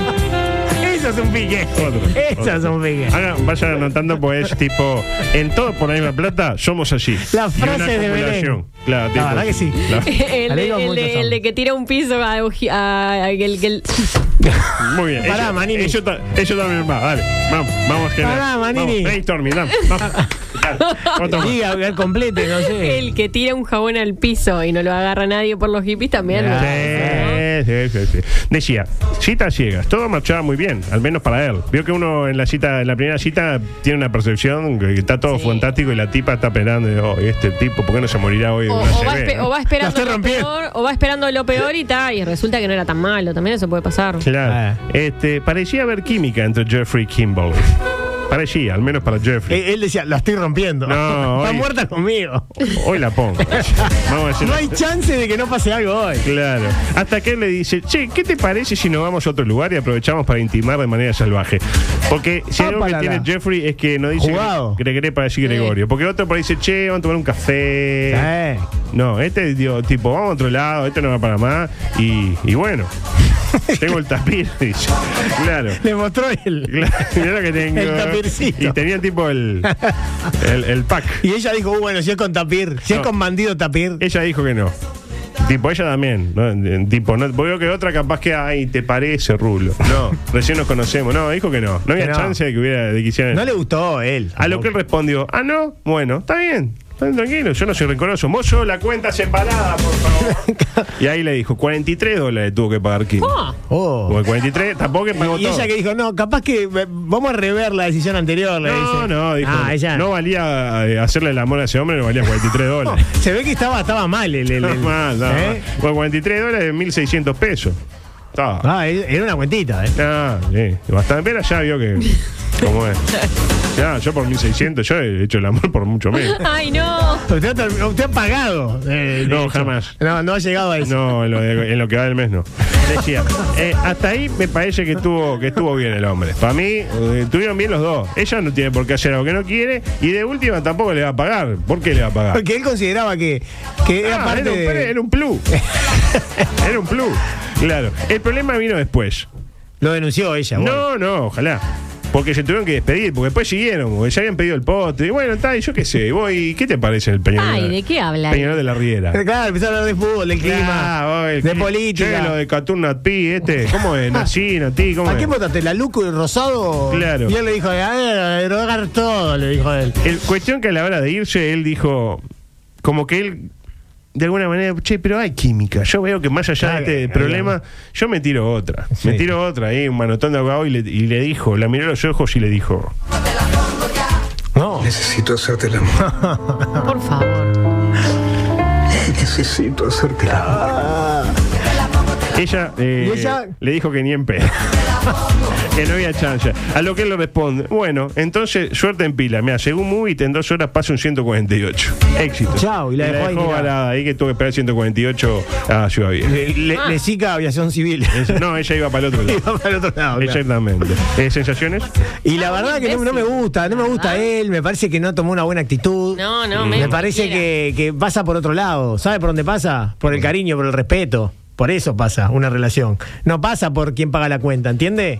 [LAUGHS] Eso es un pique.
Otro,
Eso es
otro.
un pique.
Ahora vayan anotando, pues es tipo, en todo por la misma plata, somos así. Y
La
una
frase de Belén.
acumulación. Claro,
La
tipo,
verdad que sí.
[LAUGHS] El, de-
Salí
el
con
de-
muchos
el de
hombres.
que tira un piso a, Oji- a- a- el, el-
Muy bien.
[LAUGHS] Pará,
eso,
Manini.
Eso, ta- eso también va, dale. Vamos, vamos, que
Pará, Manini.
Vamos, brainstorming, dame,
[LAUGHS]
vamos. Dale, otro más.
Diga, que complete, no
[LAUGHS]
sé.
el que tira un jabón al piso y no lo agarra nadie por los hippies también.
Ya.
¿no?
Ah, Sí, sí, sí, sí. Decía, citas ciegas, todo marchaba muy bien, al menos para él. Vio que uno en la cita, en la primera cita tiene una percepción que está todo
Sí.
fantástico y la tipa está esperando, y, oh, este tipo, ¿por qué no se morirá hoy? de
O,
una
o va
CB,
espe-
no?
o va
La
esperando
estoy
lo
rompiendo.
peor, o va esperando lo peor y tal, y resulta que no era tan malo, también eso puede pasar.
Claro.
Ah.
Este, parecía haber química entre Jeffrey y Kimball. Parecía, al menos para Jeffrey.
Él, él decía, la estoy rompiendo.
No,
[LAUGHS] Está
hoy-
muerta conmigo.
Hoy la
[LAUGHS]
pongo. Vamos a decir.
Eh. No hay chance de que no pase algo hoy.
Claro. Hasta que él le dice, che, ¿qué te parece si nos vamos a otro lugar y aprovechamos para intimar de manera salvaje? Porque si algo que tiene
Apalala.
Jeffrey es que no dice
Jugado.
Gregre para decir Gregorio. Porque el otro por ahí dice, che, vamos a tomar un café.
Eh,
No, este dio, tipo, vamos a otro lado, este no va para más. Y, y bueno,
[LAUGHS]
tengo el tapir, [LAUGHS] dice. Claro.
le mostró el.
Claro, mirá lo que tengo. ¿eh?
El tapircito.
Y tenían tipo el, el, el pack.
Y ella dijo, "Uh, bueno, si es con tapir, si
No.
es con bandido tapir.
Ella dijo que no. Tipo, ella también. ¿no? Eh, Tipo, no, veo que otra capaz que, ay, te parece, Rulo. No, [LAUGHS] recién nos conocemos. No, dijo que no. No había
Que no.
chance de que hubiera, de que hicieran.
No le gustó él.
A lo que él respondió, ah, no, bueno, está bien. Tranquilo, yo no soy rencoroso. Mozo, la cuenta separada, por
[LAUGHS]
favor. y ahí le dijo, 43 dólares tuvo que pagar Kim.
[LAUGHS] Oh.
Porque 43, tampoco que pagó
Y
todo.
ella que dijo, no, capaz que eh, vamos a rever la decisión anterior. Le
No,
dice.
no, dijo.
Ah, ella.
No valía eh, hacerle el amor a ese hombre, no valía 43
No, [LAUGHS]
dólares. [LAUGHS]
se ve que estaba, estaba mal el. el-
No,
el-
mal, no,
¿eh?
mal. Bueno, 43 dólares es 1.600 pesos. Está.
Ah, era una cuentita, ¿eh?
Ah, sí. Bastante. Pero ya vio que. ¿Cómo es? Ya, yo por 1.600, yo he hecho el amor por mucho menos.
¡Ay, no!
Usted, ha ter- usted ha pagado. eh, de
No,
hecho.
jamás.
No, no ha llegado a eso.
No, en lo, de- en lo que va del mes no. Decía, eh, hasta ahí me parece que estuvo, que estuvo bien el hombre. Para mí, eh, estuvieron bien los dos. Ella no tiene por qué hacer algo que no quiere y de última tampoco le va a pagar. ¿Por qué le va a pagar?
Porque él consideraba que, que Ah. era
Ah,
parte
era, un,
de-
era un plus. era un plus. Claro. El problema vino después.
[LAUGHS] Lo denunció ella. bueno.
No, no, ojalá. Porque se tuvieron que despedir, porque después siguieron, porque ya habían pedido el poste. Y bueno, está, y yo qué sé, voy, ¿qué te parece el Peñarol?
Ay, ¿de qué habla?
Peñarol de la Riera.
Pero Claro, empezó a hablar de fútbol, del clima,
Claro, el
de
clima. Che, lo
política.
de Catún Natpi, este, ¿cómo es? Nací, Natí, ¿cómo
¿A
es?
quién votaste? ¿La Luco y Rosado?
Claro.
Y él le dijo, a ver, a derogar todo, le dijo él.
El, cuestión que a la hora de irse, él dijo, como que él, de alguna manera, che, pero hay química. Yo veo que más allá
Claro,
de este
claro.
problema, yo me tiro otra. Me
Sí.
tiro otra ahí, un manotón de abogado, y le, y le dijo, la miró a los ojos y le dijo,
No.
Necesito hacerte el amor.
Por favor.
Necesito hacerte el amor.
Ella, eh,
¿Y ella?
le dijo que ni en pedo. [LAUGHS] que no había chance. A lo que él le responde, bueno, entonces suerte en pila. Mira, según Movit, en dos horas pasa un 148. Éxito.
Chau, y la dejó ahí tirada.
varada ahí que tuvo que esperar 148 a Ciudad Vieja.
Le, le, le sica aviación civil.
Ella- [LAUGHS]
[LAUGHS]
No, ella iba para el otro lado.
Iba para el otro lado. claro.
Exactamente. Eh, ¿Sensaciones?
Y
Ah,
la verdad que no, no me gusta, no me gusta él, me parece que no tomó una buena actitud.
No, no,
me
menos
parece que, que pasa por otro lado. ¿Sabe por dónde pasa? Por el cariño, por el respeto. Por eso pasa una relación. No pasa por quién paga la cuenta, ¿entiende?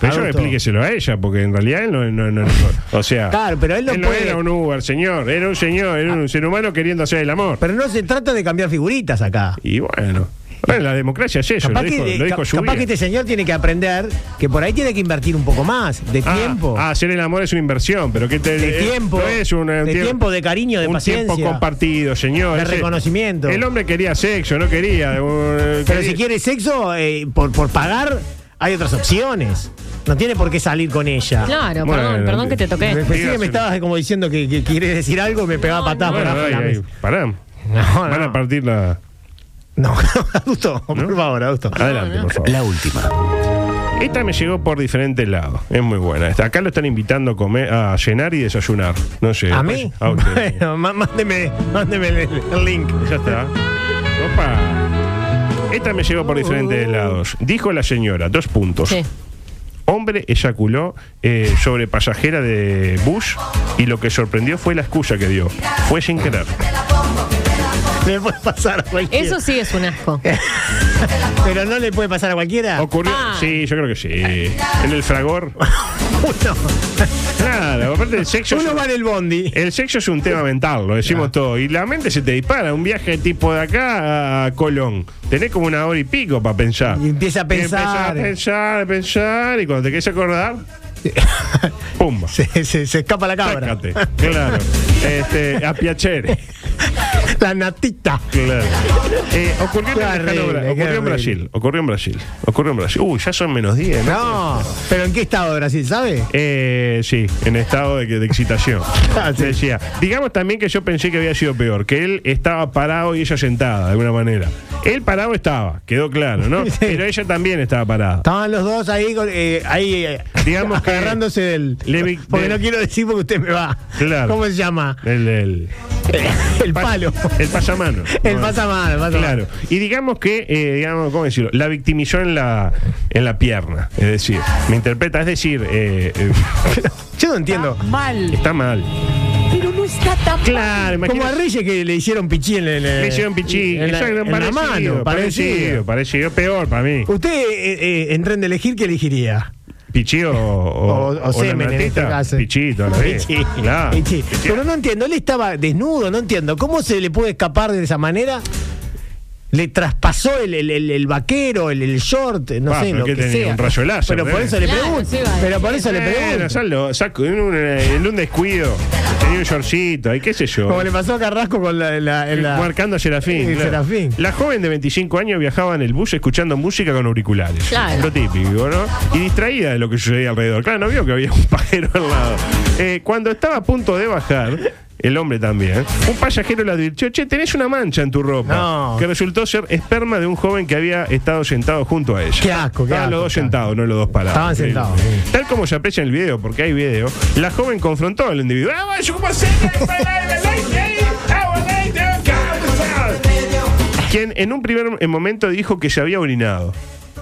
Pero yo
Adulto.
explíqueselo a ella, porque en realidad él no, no, no- no- O sea,
Claro, pero él no puede-
era un Uber, señor. Era un señor, era un ser humano queriendo hacer el amor.
Pero no se trata de cambiar figuritas acá.
Y bueno, bueno, la democracia es eso. Lo
Capaz,
dijo,
que,
lo dijo
ca-
Lluvia.
capaz que este señor tiene que aprender que por ahí tiene que invertir un poco más de
Ah,
tiempo.
ah, hacer el amor es una inversión, pero que te,
De
eh,
tiempo,
no es un, eh,
de
tiemp-
tiempo, de cariño, de
un
paciencia.
tiempo compartido, señor.
De
Ese-
reconocimiento.
El hombre quería sexo, no quería. eh,
Pero
quería-
si quiere sexo, eh, por, por pagar, hay otras opciones. No tiene por qué salir con ella.
Claro,
Bueno,
perdón, perdón que te toqué.
Pensé que
Dígaselo.
me estabas como diciendo que, que quieres decir algo, me pegaba patadas por
Bueno,
abajo de
ay,
la
ay,
mesa.
pará.
No,
Van a
no.
partir la.
No, adusto, por favor, adusto.
Adelante, por favor.
La última.
Esta me llegó por diferentes lados. Es muy buena. Esta. Acá lo están invitando a, comer, a cenar y desayunar. No sé.
¿A mí?
A usted.
[LAUGHS] Bueno, má- mándeme, mándeme el, el link.
Ya está. Opa. Esta me llegó por
Uh.
diferentes lados. Dijo la señora, dos puntos.
Sí.
Hombre eyaculó eh, sobre pasajera de Bush y lo que sorprendió fue la excusa que dio. Fue sin querer.
Le puede pasar a cualquiera.
Eso sí es un asco.
Pero no le puede pasar a cualquiera.
Ocurrió.
Ah.
Sí, yo creo que sí. En el fragor.
Uno,
Claro, aparte el sexo. es
uno
un-
va en el bondi.
El sexo es un tema mental, lo decimos todo. Y la mente se te dispara. Un viaje tipo de acá a Colón. Tenés como una hora y pico para pensar.
Y empieza a
Empezás
pensar.
a pensar, a pensar. Y cuando te querés acordar, pumba.
Se, se- se escapa la cabra.
Sácate. Claro. Este, a Piacere.
[LAUGHS] La natita.
Claro. Eh, ocurrió, en
Qué
el lejano
horrible,
Bra-
qué
ocurrió en
horrible.
Brasil. Ocurrió en Brasil. Ocurrió en Brasil. Uy, ya son menos 10. ¿no?
No, pero ¿en qué estado de Brasil, sabe?
Eh, sí, en estado de, que- de excitación.
[LAUGHS] Ah, sí.
Decía, digamos también que yo pensé que había sido peor, que él estaba parado y ella sentada, de alguna manera. Él parado estaba, quedó claro, ¿no?
[LAUGHS] Sí.
Pero ella también estaba parada.
Estaban los dos ahí, con- eh, ahí eh,
Digamos que-
agarrándose del.
Levi-
porque
de-
no quiero decir porque usted me va.
Claro.
¿Cómo se llama?
El, el,
El
pa-
palo.
El pasamano.
[LAUGHS] El pasamano, el pasamano.
Claro. Y digamos que, eh, digamos, ¿cómo decirlo? La victimizó en la, en la pierna. Es decir, me interpreta, es decir, eh, eh,
[LAUGHS] Yo no entiendo.
Mal.
está mal.
Eh,
Pero no está tan
Claro,
Como a
imagínate.
Reyes que le hicieron pichín en el.
Le hicieron pichín,
En la,
exacto,
en la
parecido, parecido,
mano, parecido.
parecido, peor para mí.
Usted eh, eh, en tren de elegir, ¿qué elegiría?
Pichí o, o,
O- o semen, en este caso.
Pichito, la vez.
Pichín.
Claro.
Pichín. Pero no entiendo, él estaba desnudo, no entiendo. ¿Cómo se le puede escapar de esa manera? Le traspasó el, el, el- el vaquero, el, el short, no
Ah,
sé,
pero
lo
que
que
tenía
sea.
un rayo láser,
pero por
¿eh?
eso le
Claro,
pregunto.
sí, vale.
pero por eso le
Bueno,
pregunto.
sallo, saco en un, eh, en un descuido. Tenía un shortcito, y qué sé yo.
Como le pasó a Carrasco con la, la- en la-
Marcando a Serafín.
Sí,
claro.
Eh, Serafín.
La joven de 25 años viajaba en el bus escuchando música con auriculares.
Claro.
Lo típico, ¿no? Y distraída de lo que sucedía alrededor. Claro, no vio que había un [LAUGHS] pajero al lado. Eh, cuando estaba a punto de bajar, el hombre también, un pasajero le advirtió, che, tenés una mancha en tu ropa.
No.
Que resultó ser esperma de un joven que había estado sentado junto a ella.
Qué asco, qué
Estaban los
asco,
dos
qué asco.
sentados, no los dos parados.
Estaban
Increíble.
sentados, sí.
Tal como se aprecia en el video, porque hay video, la joven confrontó al individuo. ¡Ah, vaya, cómo se- Quien en un primer eh, momento dijo que se había orinado.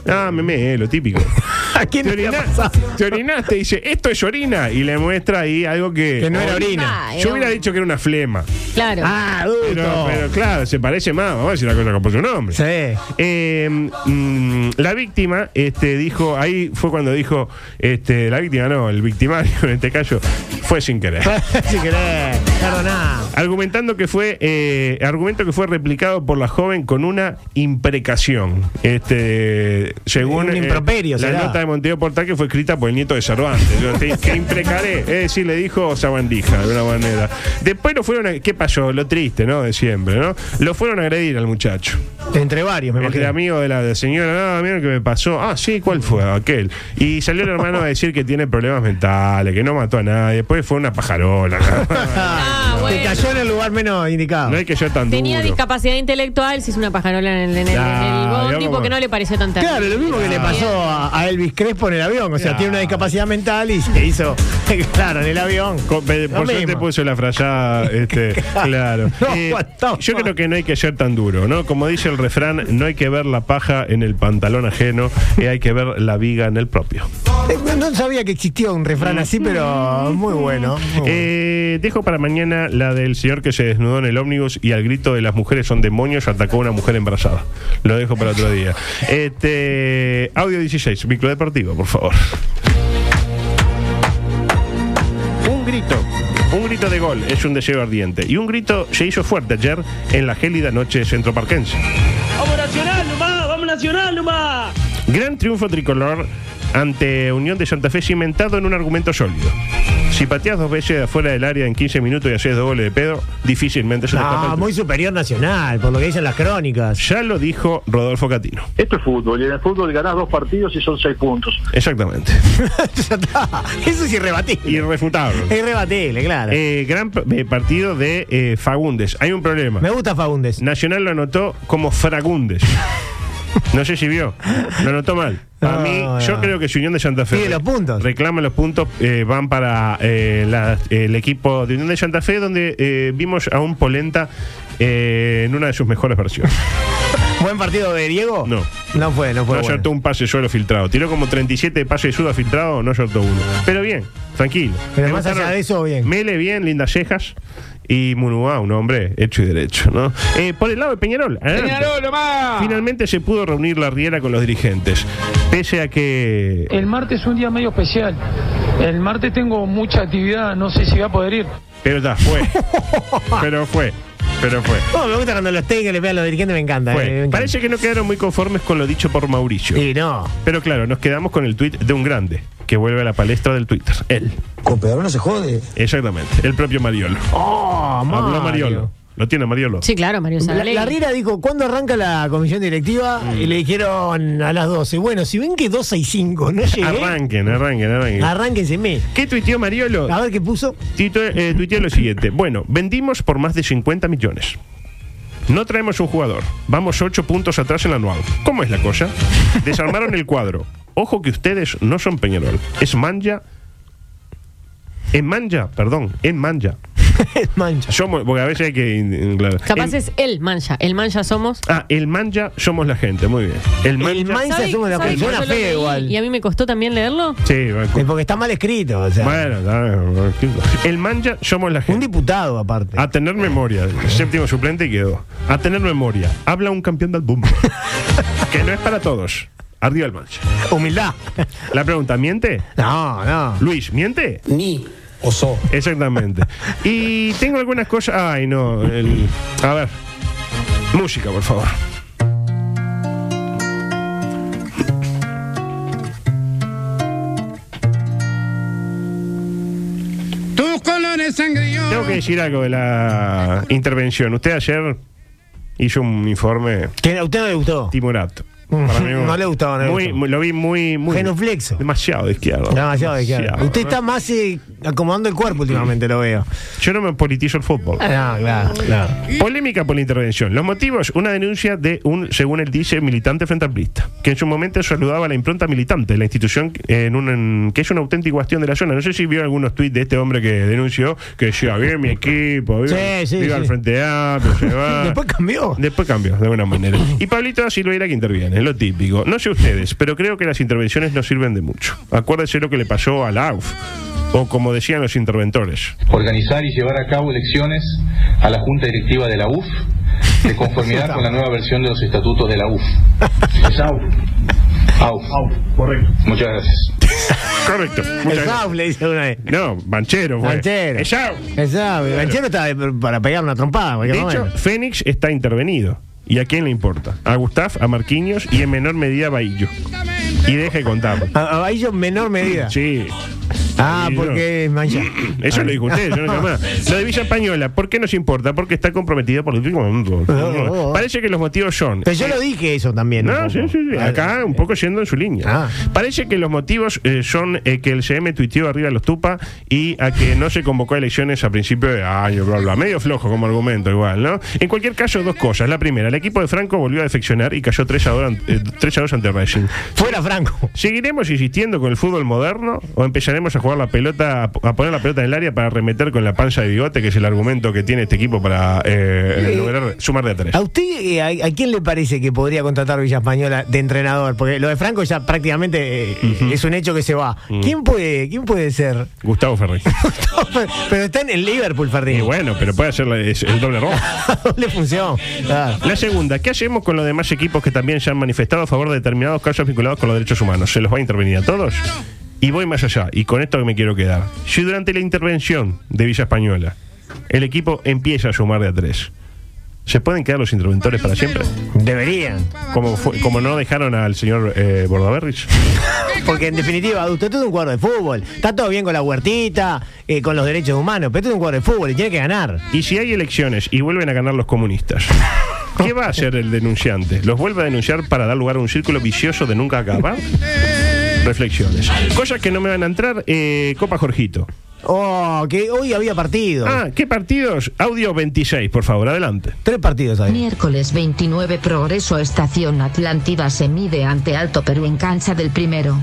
Ah, meme, eh, lo
[LAUGHS]
típico.
[LAUGHS] ¿A quién
Te,
le había
orina-
pasado?
te orinaste, dice, esto es orina. Y le muestra ahí algo que.
Que no era orina.
Ah,
Yo
era
hubiera
un-
dicho que era una flema.
Claro.
Ah,
Pero,
adulto.
pero claro, se parece más. Vamos a decir la cosa como su nombre.
Sí. [LAUGHS]
Eh, mm, la víctima este, dijo, ahí fue cuando dijo, este, la víctima no, el victimario en este caso, fue sin querer.
si querés, perdoná.
Argumentando que fue, eh, argumento que fue replicado por la joven con una imprecación. Este, según
Un
eh,
improperio,
la
será.
nota de Monteo Portal que fue escrita por el nieto de Cervantes. Yo te, te imprecaré, es decir, le dijo Sabandija de una manera. Después lo fueron, a- ¿qué pasó? Lo triste, ¿no? De siempre, ¿no? Lo fueron a agredir al muchacho.
Entre varios, me
El
imagino.
amigo de la señora, no, mira lo que me pasó. Ah, sí,
Mm.
¿cuál fue? Aquel. Y salió el hermano a decir que tiene problemas mentales, que no mató a nadie. Después fue una pajarola.
[LAUGHS]
Ah,
Te
bueno.
cayó en el lugar menos indicado.
No hay que ser tan
Tenía
duro.
discapacidad intelectual, se hizo una pajarola en el, en el,
Ah,
en el bondi
digamos-
porque no le pareció tan terrible.
Claro, lo mismo que le
Ah.
pasó a, a Elvis Crespo en el avión. O sea,
Ya.
tiene una discapacidad mental y se hizo. [LAUGHS] Claro, en el avión.
Co- pe-
Lo
eh, Por suerte
mismo.
puso la
[LAUGHS]
frayada, este, claro. Eh,
No, what the
yo
fuck.
creo que no hay que ser tan duro, ¿no? Como dice el refrán, no hay que ver la paja en el pantalón ajeno, y hay que ver la viga en el propio.
Eh, no- No sabía que existía un refrán así, pero muy bueno. muy bueno.
Mm. Eh, dejo para mañana la del señor que se desnudó en el ómnibus y al grito de las mujeres son demonios atacó a una mujer embarazada. Lo dejo para otro día. Este, audio 16, microdeportivo, por favor. Un grito. Un grito de gol es un deseo ardiente. Y un grito se hizo fuerte ayer en la gélida noche centroparquense. Gran triunfo tricolor ante Unión de Santa Fe cimentado en un argumento sólido. Si pateas dos veces de afuera del área en 15 minutos y haces dos goles de pedo, difícilmente se te escapa
No,
el
Ah, muy superior nacional, por lo que dicen las crónicas. [LAUGHS]
Ya lo dijo Rodolfo Catino.
Esto es fútbol, y en el fútbol ganás dos partidos y son seis puntos.
Exactamente.
Ya está. Eso es irrebatible.
Irrefutable.
Es irrebatible, claro.
Eh, gran p- eh, partido de eh, Fagundes. Hay un problema.
Me gusta Fagundes.
Nacional lo anotó como Fragundes. No sé si vio. Lo anotó mal. A
No,
mí,
no.
yo creo que su Unión de Santa Fe.
Pide los puntos.
Reclama los puntos. eh, van para eh, la- el equipo de Unión de Santa Fe, donde eh, vimos a un Polenta eh, en una de sus mejores versiones.
¿Buen partido de Diego?
No.
No fue, no fue.
no
bueno.
acertó un pase solo filtrado. Tiró como 37 pases suda filtrado, no acertó uno. Pero bien, tranquilo.
Pero
Me
más allá
gustaron
de eso, bien.
Mele bien, lindas cejas. Y Munuá, un hombre hecho y derecho, ¿no? Eh, por el lado de Peñarol. adelante. Finalmente se pudo reunir la Riera con los dirigentes. Pese a que.
El martes es un día medio especial. El martes tengo mucha actividad, no sé si voy a poder ir.
Pero está,
[LAUGHS]
fue. pero fue. Pero fue.
Oh, me gusta cuando los técnicos le pegan a los dirigentes, me encanta.
Fue.
eh, me encanta.
Parece que no quedaron muy conformes con lo dicho por Mauricio.
Y no.
Pero claro, nos quedamos con el tuit de un grande que vuelve a la palestra del Twitter. Él.
Copiador no se jode.
Exactamente, el propio Mariolo.
Oh,
Habló Mariolo.
Mario.
Lo tiene Mariolo.
Sí, claro, Mario
La,
Sanaley.
la Riera dijo, ¿cuándo arranca la comisión directiva?
Mm.
Y le dijeron a las 12. Bueno, si ven que 12 y 5 no llegué,
Arranquen, arranquen, arranquen.
arránquense me.
¿Qué tuiteó Mariolo?
A ver qué puso. [LAUGHS]
Tito, eh, tuiteó lo siguiente. Bueno, vendimos por más de 50 millones. No traemos un jugador. Vamos 8 puntos atrás en anual. ¿Cómo es la cosa? Desarmaron el cuadro. Ojo que ustedes no son Peñarol. Es Manja. En Manja, perdón, en Manja.
Mancha.
Somos, porque a veces hay que. in- in- claro.
Capaz
En-
es el mancha. El mancha somos.
Ah, el Manja somos la gente, muy bien. El
El
Manja.
mancha
¿Sabe-
somos la
sabe que
persona
yo lo
fea
leí
igual.
Y a mí me costó también leerlo.
Sí, va,
Eh, Porque está mal escrito. o sea,
Bueno, da- el manja somos la
un
gente.
diputado aparte.
A tener memoria, séptimo suplente y quedó. A tener memoria, habla un campeón del boom. que no es para todos. Arriba el mancha.
Humildad. [LAUGHS]
La pregunta, ¿miente?
No, no.
Luis, ¿miente?
Ni oso.
Exactamente. Y tengo algunas cosas. Ay, no. el- A ver. Música, por favor. Tengo que decir algo de la intervención. Usted ayer hizo un informe.
¿Que a usted no le gustó?
Timorato.
Mm. No le gustaba, no le
Muy-
gustó.
muy- Lo vi muy. muy
Genuflexo.
Demasiado de izquierda.
Demasiado de izquierda. Usted está más eh, acomodando el cuerpo últimamente, lo veo.
Yo no me politizo el fútbol.
Ah, claro, claro.
Polémica por la intervención. Los motivos, una denuncia de un, según él dice, militante frente amplista, que en su momento saludaba a la impronta militante de la institución, en un, en- que es una auténtica cuestión de la zona. No sé si vio algunos tuits de este hombre que denunció, que decía, bien mi equipo, viva,
Sí, sí,
viva
sí.
el Frente Amplio, se va".
[LAUGHS] Después cambió.
Después cambió, de alguna
[LAUGHS]
manera. Y Pablito da Silveira que interviene, lo típico. No sé ustedes, pero creo que las intervenciones no sirven de mucho. Acuérdense lo que le pasó a la AUF, o como decían los interventores.
organizar y llevar a cabo elecciones a la Junta Directiva de la UF de conformidad con la nueva versión de los estatutos de la UF. Es AUF. AUF. Correcto. Muchas gracias.
Correcto.
El
muchas
Raúl le dice una vez.
gracias. No, Banchero. fue. Eh,
Ranchero.
Es AUF.
Exacto. Ranchero estaba eh, para pegar una trompada. en cualquier
De hecho,
momento.
Fénix está intervenido. ¿Y a quién le importa? A Gustav, a Marquinhos y en menor medida a Bahillo. Y deje contar.
A- a Bahillo en menor medida.
Sí.
Ah,
Bahillo.
porque es mancha.
[CLEARS THROAT] Eso lo dijo usted, yo no digo más. Lo de Villa Española, ¿por qué nos importa? Porque está comprometido por el Parece que los motivos son.
[LAUGHS] Pero yo lo dije eso también. un
No,
poco.
Ah,
Ah,
sí, sí, sí. Acá un poco yendo en su línea. Parece que los motivos eh, son eh, que el CM tuiteó arriba a los Tupa y a que no se convocó a elecciones a principio de año, bla, bla. Medio flojo como argumento, igual, ¿no? En cualquier caso, dos cosas. La primera, el equipo de Franco volvió a defeccionar y cayó 3 a 2, ante- eh, 3 a 2 ante Racing.
Fuera Franco.
¿Seguiremos insistiendo con el fútbol moderno o empezaremos a jugar la pelota, a p- a poner la pelota en el área para arremeter con la panza de bigote, que es el argumento que tiene este equipo para eh,
Eh,
lograr sumar de a tres?
¿A usted eh, a, a quién le parece que podría contratar Villa Española de entrenador? Porque lo de Franco ya prácticamente eh, es un hecho que se va.
Mm.
¿Quién puede quién puede ser?
Gustavo Ferri.
pero está en el Liverpool, Ferri.
Y
[LAUGHS]
bueno, pero puede hacer la- es- el doble rojo.
doble función. Claro.
La segunda, ¿qué hacemos con los demás equipos que también se han manifestado a favor de determinados casos vinculados con los derechos humanos? ¿Se los va a intervenir a todos? Y voy más allá, y con esto que me quiero quedar. Si durante la intervención de Villa Española el equipo empieza a sumar de a tres, ¿se pueden quedar los interventores para siempre?
Deberían.
Como, fue- como no dejaron al señor eh, Bordaberris.
Porque en definitiva, usted es un jugador de fútbol. Está todo bien con la huertita, eh, con los derechos humanos, pero usted es un jugador de fútbol y tiene que ganar.
Y si hay elecciones y vuelven a ganar los comunistas, ¿qué va a hacer el denunciante? ¿Los vuelve a denunciar para dar lugar a un círculo vicioso de nunca acabar? Reflexiones. Cosas que no me van a entrar, eh, Copa Jorgito.
Oh, que hoy había partido.
Ah, ¿qué partidos? Audio 26, por favor, adelante.
Tres partidos ahí.
Miércoles 29 Progreso Estación Atlántida se mide ante Alto Perú en cancha del primero.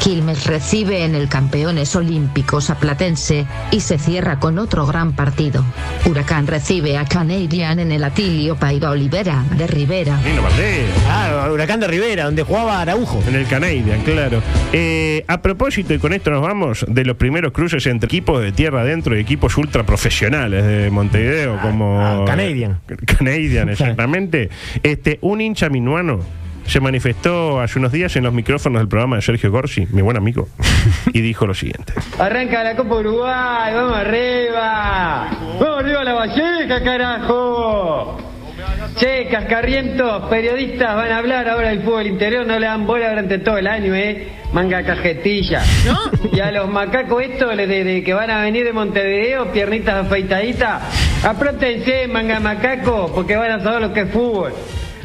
Quilmes recibe en el Campeones Olímpicos a Platense y se cierra con otro gran partido. Huracán recibe a Canadian en el Atilio Pairo Olivera de Rivera.
Nino Valdés.
Ah, Huracán de Rivera, donde jugaba Araujo.
En el Canadian, claro. Eh, a propósito, y con esto nos vamos, de los primeros cruces entre equipos de tierra adentro y equipos ultra profesionales de Montevideo, como.
ah, Canadian.
[LAUGHS] Canadian, exactamente. Este, un hincha minuano se manifestó hace unos días en los micrófonos del programa de Sergio Gorsi, mi buen amigo, y dijo lo
[LAUGHS]
siguiente.
Arranca la Copa Uruguay, vamos arriba. Vamos arriba la Valleja, carajo. Che, cascarrientos, periodistas van a hablar ahora del fútbol interior, no le dan bola durante todo el año, ¿eh? Manga cajetilla. Y a los macacos estos les de, de que van a venir de Montevideo, piernitas afeitaditas, aprótense, manga macaco, porque van a saber lo que es fútbol.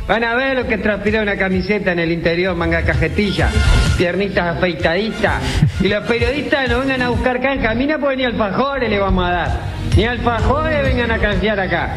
Van a ver lo que transpira una camiseta en el interior, manga cajetilla, piernitas afeitaditas. Y los periodistas no vengan a buscar canja, a mí no pueden ni alfajores le vamos a dar. Ni alfajores vengan a canjear acá.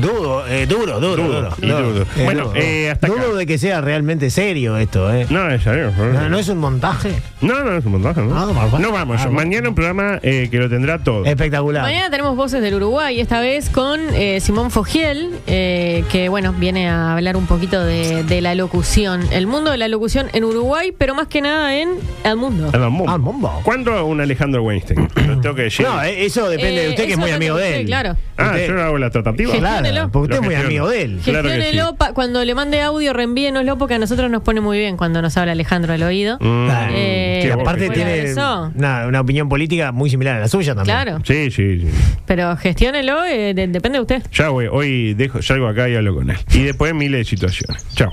Duro, eh, duro, duro,
Duro,
duro.
y duro.
Eh,
Bueno, eh, hasta
Dudo de que sea realmente serio esto, ¿eh?
No, es serio.
No, no es un montaje.
No, no, es un montaje, ¿no?
Ah, va- va-
No vamos,
ah, va-
mañana un programa eh, que lo tendrá todo.
Espectacular.
Mañana tenemos voces del Uruguay, esta vez con eh, Simón Fogiel, eh, que bueno, viene a hablar un poquito de, de la locución, el mundo de la locución en Uruguay, pero más que nada en el mundo.
Al Mambo. ¿Cuándo un Alejandro Weinstein? Lo tengo que decir.
ah, No, eh, eso depende de
Eh,
usted, que es
eso
muy
depende
amigo
de
de
usted,
él.
claro.
Ah,
Usted-
yo no hago la tratativa.
Claro,
Gestiónelo.
porque usted
Lo
es muy
gestiono.
amigo de él.
Claro que sí.
Gestiónelo, pa- cuando le mande audio, reenvíenoslo, porque a nosotros nos pone muy bien cuando nos habla Alejandro al oído.
Mm,
Eh,
Que
qué
aparte
fuera de
tiene
eso.
una, una opinión política muy similar a la suya también.
Claro,
Sí, sí, sí.
pero gestiónelo, eh, de- depende de usted.
Ya, güey, hoy dejo, salgo acá y hablo con él. Y después miles de situaciones. Chao.